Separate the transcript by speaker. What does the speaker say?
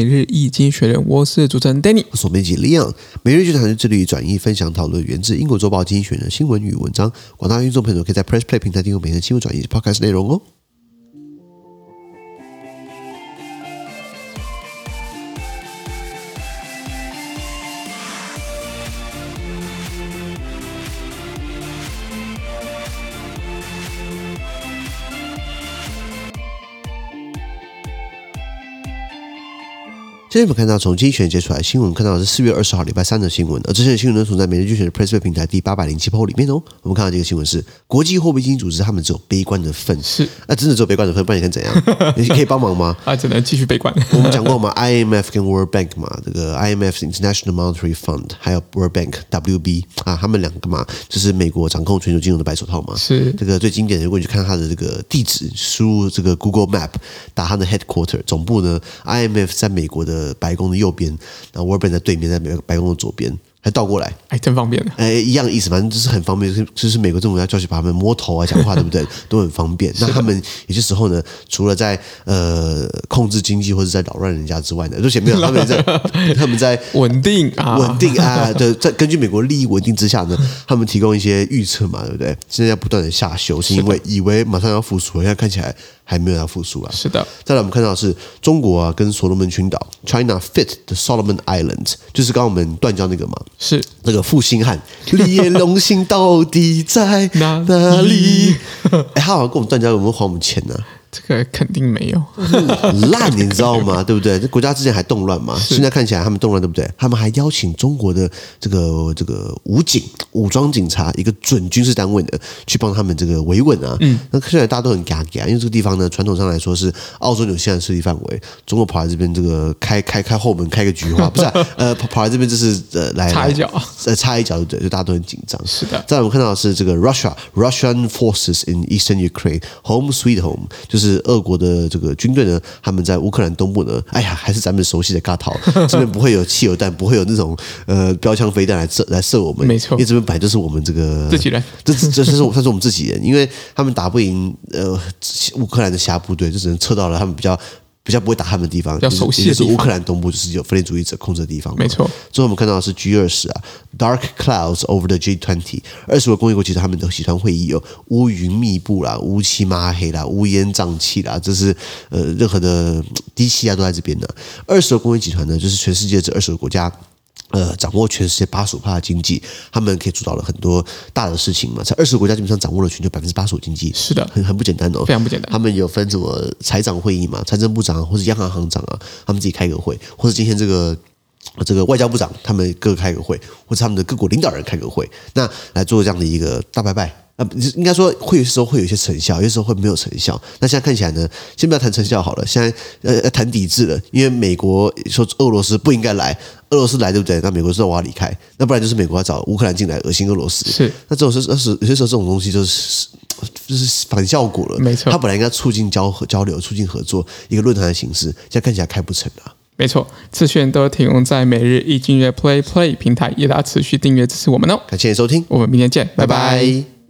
Speaker 1: 是易经学人，我是主持人 Danny。
Speaker 2: 我是总编辑 Leon，每日剧团致力于转译、分享、讨论源自英国周报《经济学人》的新闻与文章。广大听众朋友可以在 Press Play 平台订阅每天新闻转译 Podcast 内容哦。今天我们看到从精选截出来的新闻，看到的是四月二十号礼拜三的新闻，而这些新闻呢存在每日精选的 Press Play 平台第八百零七 p 里面哦。我们看到这个新闻是国际货币基金组织，他们只有悲观的份，
Speaker 1: 是
Speaker 2: 那、真的只有悲观的份，不然你能怎样？ 你可以帮忙吗？
Speaker 1: 啊，只能继续悲观。
Speaker 2: 我们讲过嘛，IMF 跟 World Bank 嘛，这个 IMF 是 International Monetary Fund，还有 World Bank WB 啊，他们两个嘛，就是美国掌控全球金融的白手套 嘛。
Speaker 1: 是
Speaker 2: 这个最经典的，如果你去看它的这个地址，输入这个 Google Map，打它的 headquarter 总部呢，IMF 在美国的白宫的右边，然后 World Bank 在对面，在美白宫的左边，还倒过来。
Speaker 1: 哎，真方便了。
Speaker 2: 呃，一样意思，反正就是很方便， 就是就是美国政府要叫去把他们摸头啊、讲话，对不对？都很方便。那他们有些时候呢，除了在呃控制经济或者在扰乱人家之外呢，而且没有他们在他们在
Speaker 1: 稳定啊，
Speaker 2: 稳定啊，对，在根据美国利益稳定之下呢，他们提供一些预测嘛，对不对？现在要不断的下修，是因为以为马上要复苏，现在看起来还没有要复苏 啊。
Speaker 1: 是的，
Speaker 2: 再来，我们看到的是中国啊，跟所罗门群岛 （China Fit the Solomon Islands），就是刚刚我们断交那个嘛，
Speaker 1: 是
Speaker 2: 那个负心 汉，李彦龙心到底在
Speaker 1: 哪
Speaker 2: 哪里
Speaker 1: 里？
Speaker 2: 哎，他好像跟我们断交，有没有还我们钱 呢、
Speaker 1: 这个肯定没有。
Speaker 2: 很烂，你知道吗？对不对？这国家之前还动乱嘛，现在看起来他们动乱，对不对？他们还邀请中国的这个这个武警、武装警察，一个准军事单位的去帮他们这个维稳啊。嗯，那看起来大家都很嘎嘎，因为这个地方呢，传统上来说是澳洲、纽西兰势力范围，中国跑来这边这个开开开后门开个菊花，不是 啊、呃，跑跑来这边就是呃来
Speaker 1: 插一脚，
Speaker 2: 呃插一脚，对不对？就大家都很紧张。
Speaker 1: 是的
Speaker 2: 再来我们看到的是这个 Russia Russian forces in eastern Ukraine home sweet home，就是俄国的这个军队呢，他们在乌克兰东部呢，哎呀，还是咱们熟悉的嘎桃， 这边不会有汽油弹，不会有那种呃标枪飞弹来射来射我们，
Speaker 1: 没错
Speaker 2: 因为这边本来就是我们这个
Speaker 1: 自己人，
Speaker 2: 这这这是我算是我们自己人，因为他们打不赢呃乌克兰的峡部队，就只能撤到了他们比较。比较不会打他们的地方，
Speaker 1: 较熟悉的
Speaker 2: 也就是
Speaker 1: 地方
Speaker 2: 乌克兰东部，就是有分裂主义者控制的地方嘛。
Speaker 1: 没错
Speaker 2: 最后我们看到的是 G 二十啊，Dark clouds over the G 2 0二十个工业国集团他们的集团会议有乌云密布啦、乌漆麻黑啦、乌烟瘴气啦，这是呃任何的嗯低气压都在这边呢。二十个工业集团呢，就是全世界这二十个国家。呃，掌握全世界八十五的经济，他们可以主导了很多大的事情嘛。在二十个国家基本上掌握了全球百分之八十五经济，
Speaker 1: 是的
Speaker 2: 很很不简单哦，
Speaker 1: 非常不简单
Speaker 2: 他们有分什么财长会议嘛，财政部长啊或者央行行长啊，他们自己开个会，或者今天这个。这个外交部长他们各开个会，或者他们的各国领导人开个会，那来做这样的一个大拜拜啊，不应该说会有些时候会有一些成效，有些时候会没有成效。那现在看起来呢，先不要谈成效好了，现在呃要谈抵制了，因为美国说俄罗斯不应该来，俄罗斯来对不对？那美国说我要离开，那不然就是美国要找乌克兰进来恶心俄罗斯，
Speaker 1: 是
Speaker 2: 那这种是是有些时候这种东西就是就是反效果了，
Speaker 1: 没错
Speaker 2: 它本来应该促进交合交流、促进合作一个论坛的形式，现在看起来开不成啊了。
Speaker 1: 没错，资讯都提供在每日易经乐 Play Play 平台，也大家持续订阅支持我们哦。
Speaker 2: 感谢你收听，
Speaker 1: 我们明天见，拜
Speaker 2: 拜
Speaker 1: 拜
Speaker 2: 拜